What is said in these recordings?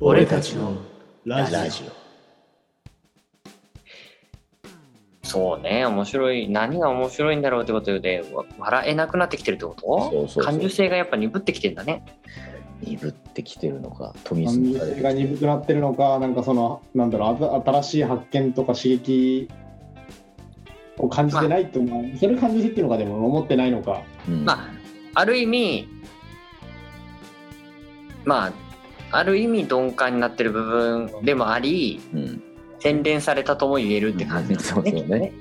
俺たちのラジオそうね、面白い。何が面白いんだろうってことで、わ笑えなくなってきてるってことそうそうそう感受性がやっぱ鈍ってきてんだね。鈍ってきてるのか研ぎ感澄ま受されて性きがてる鈍くなってるのか、なんかその、なんだろう、あた新しい発見とか刺激を感じてないと思う、それ感受性っていうのか、でも思ってないのか、うんまある意味、まあ、ある意味鈍感になってる部分でもあり、うん洗練されたとも言えるって感じなんだね。うんそうそうね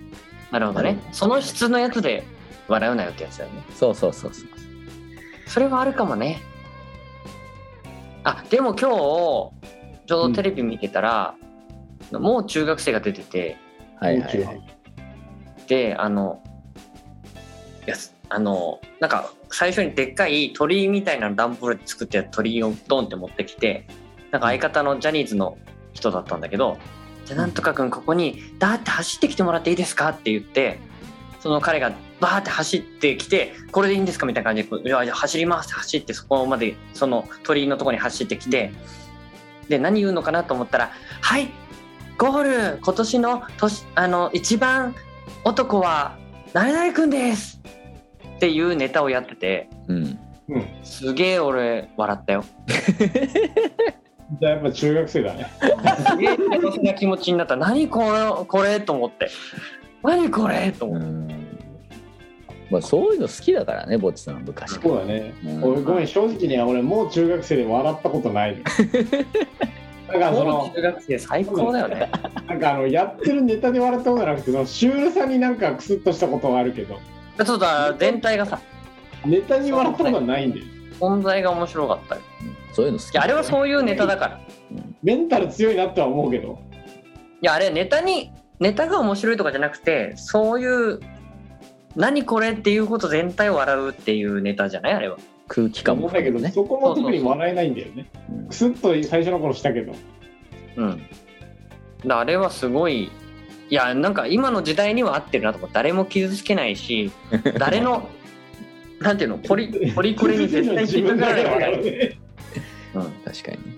なるほどね。その質のやつで笑うなよってやつだよね。そうそうそうそうそれはあるかもね。あでも今日ちょうどテレビ見てたら、もう中学生が出ててはいはいはもういであのいやすあのなんか最初にでっかい鳥居みたいな段ボールで作ってた鳥居をドンって持ってきてなんか相方のジャニーズの人だったんだけど「じゃあなんとか君ここにだーって走ってきてもらっていいですか?」って言ってその彼がバーって走ってきて「これでいいんですか?」みたいな感じでこう「いやいや走ります」って走ってそこまでその鳥居のとこに走ってきてで何言うのかなと思ったら「はいゴール今年の年あの一番男は誰々君です」っていうネタをやっててうんすげえ俺笑ったよ。じゃあやっぱ中学生だね。すげえ幸せな気持ちになった。何これこれと思って。何これとう思って。んまあそういうの好きだからねぼっちさんは昔からそうだね。うん俺、ごめん、正直ね、俺、もう中学生で笑ったことないの。だからそものう中学生最高だよね。なんかあのやってるネタで笑ったことなくてそのシュールさになんかクスッとしたことはあるけどちょっとあの全体がさネタに笑ったことはないんだよ存在が面白かったよ。そういうの好きいやあれはうそういうネタだから。いメンタル強いなとは思うけどやあれネタにネタが面白いとかじゃなくてそういう何これっていうこと全体を笑うっていうネタじゃないあれは。空気感思もったけど、ねそこも特に笑えないんだよねうんクスッと最初の頃したけどうん。だあれはすごい。いやなんか今の時代には合ってるなと思って誰も傷つけないし誰のなんていうのポリポリコレに絶対自傷つ分かないだけだみたいなか らねうん確かにね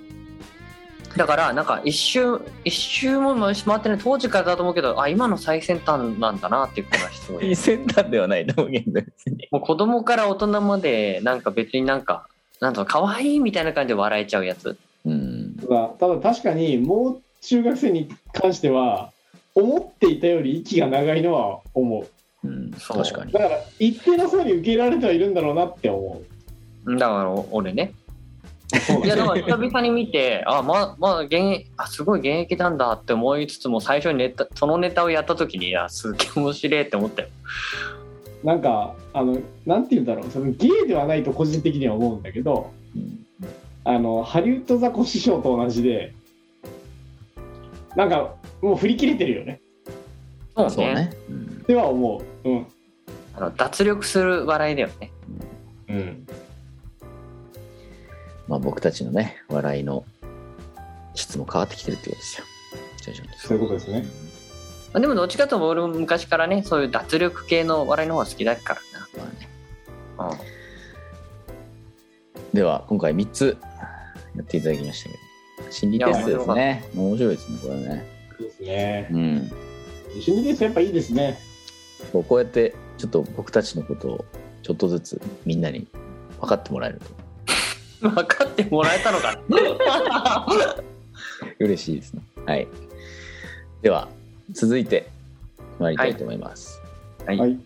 だからなんか一周一周も回ってない当時からだと思うけどあ今の最先端なんだなっていうことがす ごい先端ではないと思うけどね別にもう子供から大人までなんか別になんかなんとかわいいみたいな感じで笑えちゃうやつうんただ確かにもう中学生に関しては思っていたより息が長いのは思ううんそう確かにだから一定の層に受け入れられてはいるんだろうなって思だからお俺ねうそういやだだねから久々に見てあままあ現役あすごい現役なんだって思いつつも最初にネタそのネタをやった時にいやすげえ面白いって思ったよなんかあのなんて言うんだろうそのゲイではないと個人的には思うんだけどうんあのハリウッドザコシショウと同じでなんかもう振り切れてるよねそうねそうねうんでは思ううんあの脱力する笑いだよねうんまあ僕たちのね笑いの質も変わってきてるってことですよ徐々にそういうことですねまあでもどっちかというと俺も昔からねそういう脱力系の笑いの方が好きだかまあねらな、うんでは今回3つやっていただきましたけど心理テストですね面白いですねこれねそうですねうん心理テストやっぱいいですねこうこうやってちょっと僕たちのことをちょっとずつみんなに分かってもらえると分かってもらえたのかな嬉しいですねはいでは続いて参りたいと思います、はいはい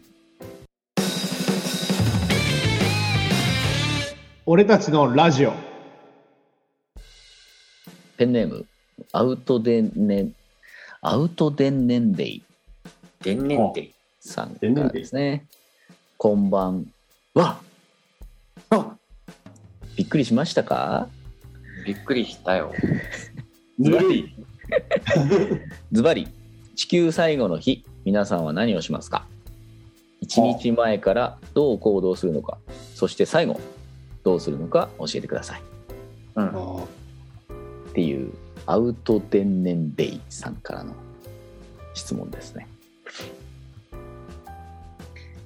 俺たちのラジオペンネームアウトデンネンアウトデンネンデイ天然ってさんからですねこんばんはあびっくりしましたかびっくりしたよぬるいズバリ地球最後の日皆さんは何をしますか1日前からどう行動するのかそして最後どうするのか教えてくださいうっんていうアウトデンネンデイさんからの質問ですね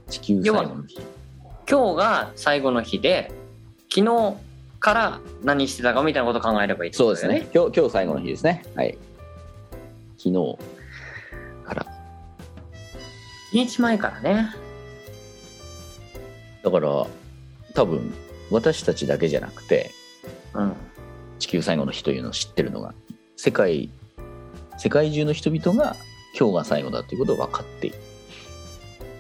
地球最後の日今日が最後の日で昨日から何してたかみたいなことを考えればいいってそこうとでだすよね。今日今日最後の日ですね。はい。昨日から。一日前からねだから、多分、私たちだけじゃなくて、うん地球最後の日というのを知ってるのが、世界、世界中の人々が今日が最後だということを分かっている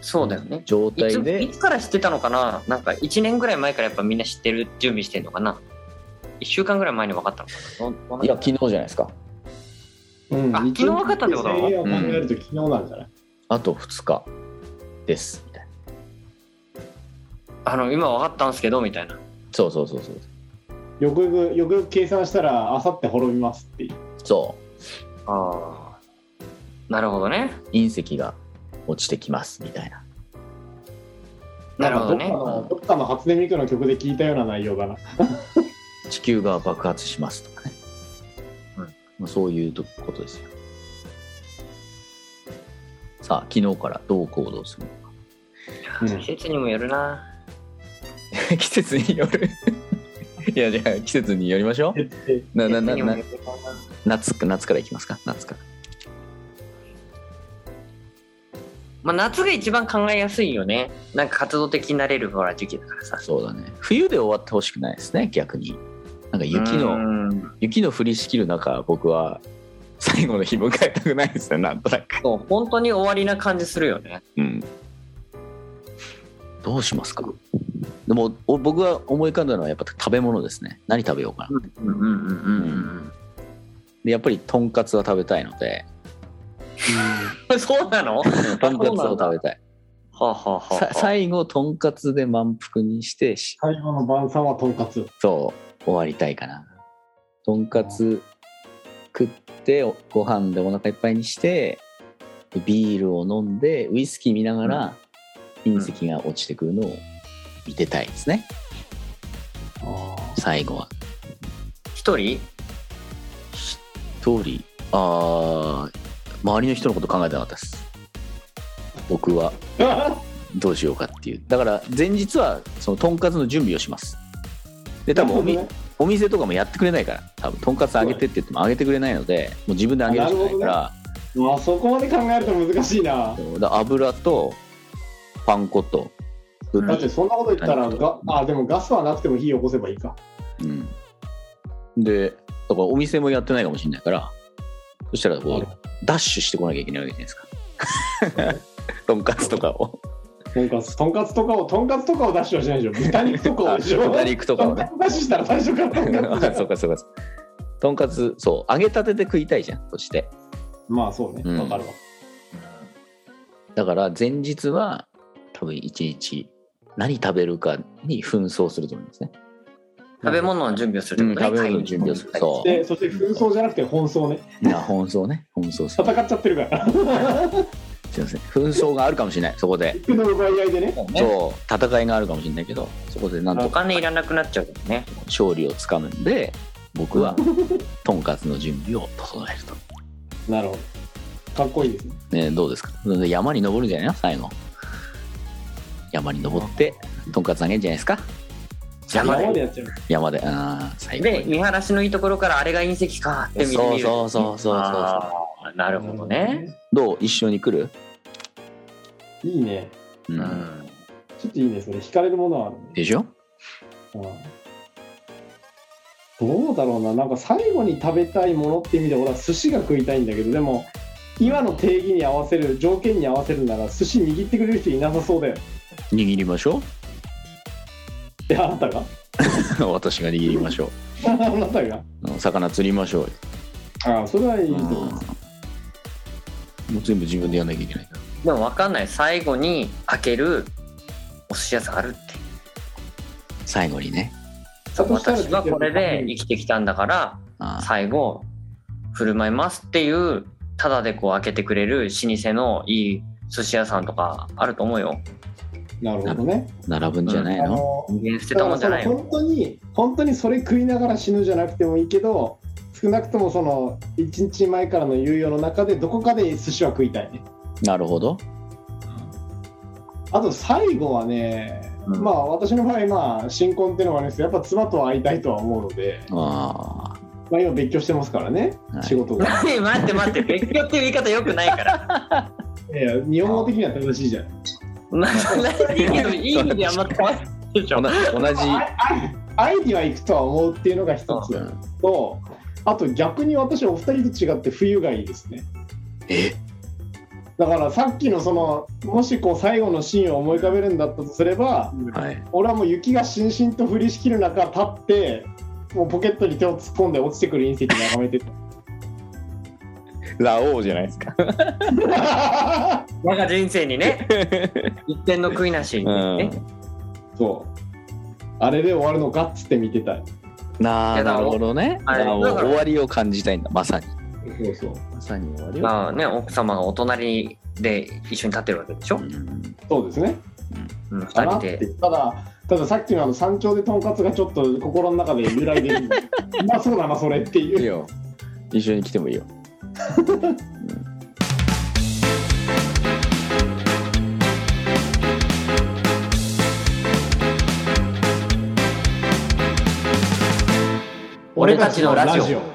そうだよね状い態つでい、つから知ってたのかななんか1年ぐらい前からやっぱみんな知ってる準備してんのかな1週間ぐらい前に分かったのかなどいや、昨日じゃないですか。うんあ昨日分かったってこと一日制限を考えると昨日なんじゃない、あと2日です。みたいな。あの今分かったんですけどみたいなそうそうそうそう。よくよくよくよく計算したらあさって滅びますっていうそう。ああなるほどね隕石が落ちてきますみたいな。なるほどねんかどっかのどっかの初音ミクの曲で聞いたような内容だな地球が爆発しますとかね。うんまあ、そういうとことですよ。さあ、昨日からどう行動す るのか。うん季節にもよるな季節による いや、じゃあ季節によりましょええう。な季な節なにもなよるかな夏か夏からいきますか夏から。まあ、夏が一番考えやすいよねなんか活動的になれるほら時期だからさそうだね。冬で終わってほしくないですね、逆に。なんか雪うの、ん雪の降りしきる中、僕は最後の日迎えたくないですね、なんとなく。そう本当に終わりな感じするよねうん、どうしますかでもお僕は思い浮かんだのはやっぱ食べ物ですね何食べようかなうんうんうんうんでやっぱりとんかつは食べたいのでうん そうなのはとんかつを食べたいあはあはあさ最後とんかつで満腹にしてし最後の晩餐はとんかつそう終わりたいかなとんかつ食っておご飯でお腹いっぱいにしてでビールを飲んでウイスキー見ながら隕石が落ちてくるのを見てたいですね最後は一人通りあー周りの人のこと考えてなかったです僕はどうしようかっていうだから前日はそのとんかつの準備をしますで多分お,、なるお店とかもやってくれないから多分とんかつあげてって言ってもあげてくれないのでもう自分であげるしかないから,ほどねあそ こまで考えると難しいなそう、だから油とパン粉とブだっリてそんなこと言ったら何があでもガスはなくても火起こせばいいかうん、でだからお店もやってないかもしれないからそしたらこなるうダッシュしてこなきゃいけないわけじゃないですかとんかつとかを。とんかつとんかつとかをとんかつとかを出してはしないでしょ豚肉とかをでしょ豚肉とかを出 ね。したら最初からとん あかつじゃんそうかそうかそう。とんかつ、そう、揚げたてで食いたいじゃん、そして。まあそうねうんわかるわだから前日は多分一日何食べるかに紛争すると思うん ですね。食べ物の準備をするってことうん食べ物の準備をするはいそでそして紛争じゃなくて奔走ねいや、紛争ね、紛争する。戦っちゃってるからすいません。紛争があるかもしれない、そこで。肉の奪い合いでねそうねそう、戦いがあるかもしれないけど、そこでなんおとか金いらなくなっちゃうけどね勝利をつかむんで、僕 はとんかつの準備を整えると。なるほどかっこいいですねね、どうですかで山に登るんじゃないの最後。山に登って、とんかつあげるんじゃないですか山で山でやっちゃう山で、あー最高で見晴らしのいいところからあれが隕石かって見てみそうるそうそうそうそうああなるほどねどう一緒に来る、いいねううんんちょっといいねそれ惹かれるものはあるねでしょどうだろうな、なんか最後に食べたいものって意味で、俺は寿司が食いたいんだけど、でも、今の定義に合わせる、条件に合わせるなら、寿司握ってくれる人いなさそうだよ。握りましょえ、あなたが う 私が握りましょあなたがううん魚釣りましょうよああ、それはいいとうん思う。もう全部自分でやんなきゃいけないからでも分かんない最後に開けるお寿司屋さんあるって最後にねそう私はこれで生きてきたんだからあー最後振る舞いますっていうただでこう開けてくれる老舗のいい寿司屋さんとかあると思うよなるほどね。並ぶんじゃないあの、の人間捨てだたかもらんじそゃのないよ本当に、本当にそれ食いながら死ぬじゃなくてもいいけど、少なくともその1日前からの猶予の中で、どこかで寿司は食いたいね。なるほどあと最後はね、うんまあ私の場合、まあ、新婚っていうのがあるんですけど、やっぱ妻とは会いたいとは思うので、ああまあ、今、別居してますからね、はい仕事が。何 待って待って別居っていう言い方よくない からいや、日本語的には正しいじゃん。まあいいけどいい意味であんま変わってないでしょ同じ同じ、会いには行くとは思うっていうのが一うつんと、あと逆に私、お二人と違って冬がいいですね。えだからさっきのそのもしこう最後のシーンを思い浮かべるんだったとすればはい俺はもう雪がしんしんと降りしきる中立ってもうポケットに手を突っ込んで落ちてくる隕石眺めて るラオウじゃないですか我が人生に ね一点の悔いなし、ねそうあれで終わるのかっつって見てたいないあやだなからるほどねあれラオウだから終わりを感じたいんだまさにそうそうまさに終わりをまあね奥様がお隣で一緒に立ってるわけでしょ、うんそうですねうん、か2な人ってでただたださっきのあの山頂でとんかつがちょっと心の中で揺らいで るうまそうだなそれっていいういよ一緒に来てもいいようん俺たちのラジオオ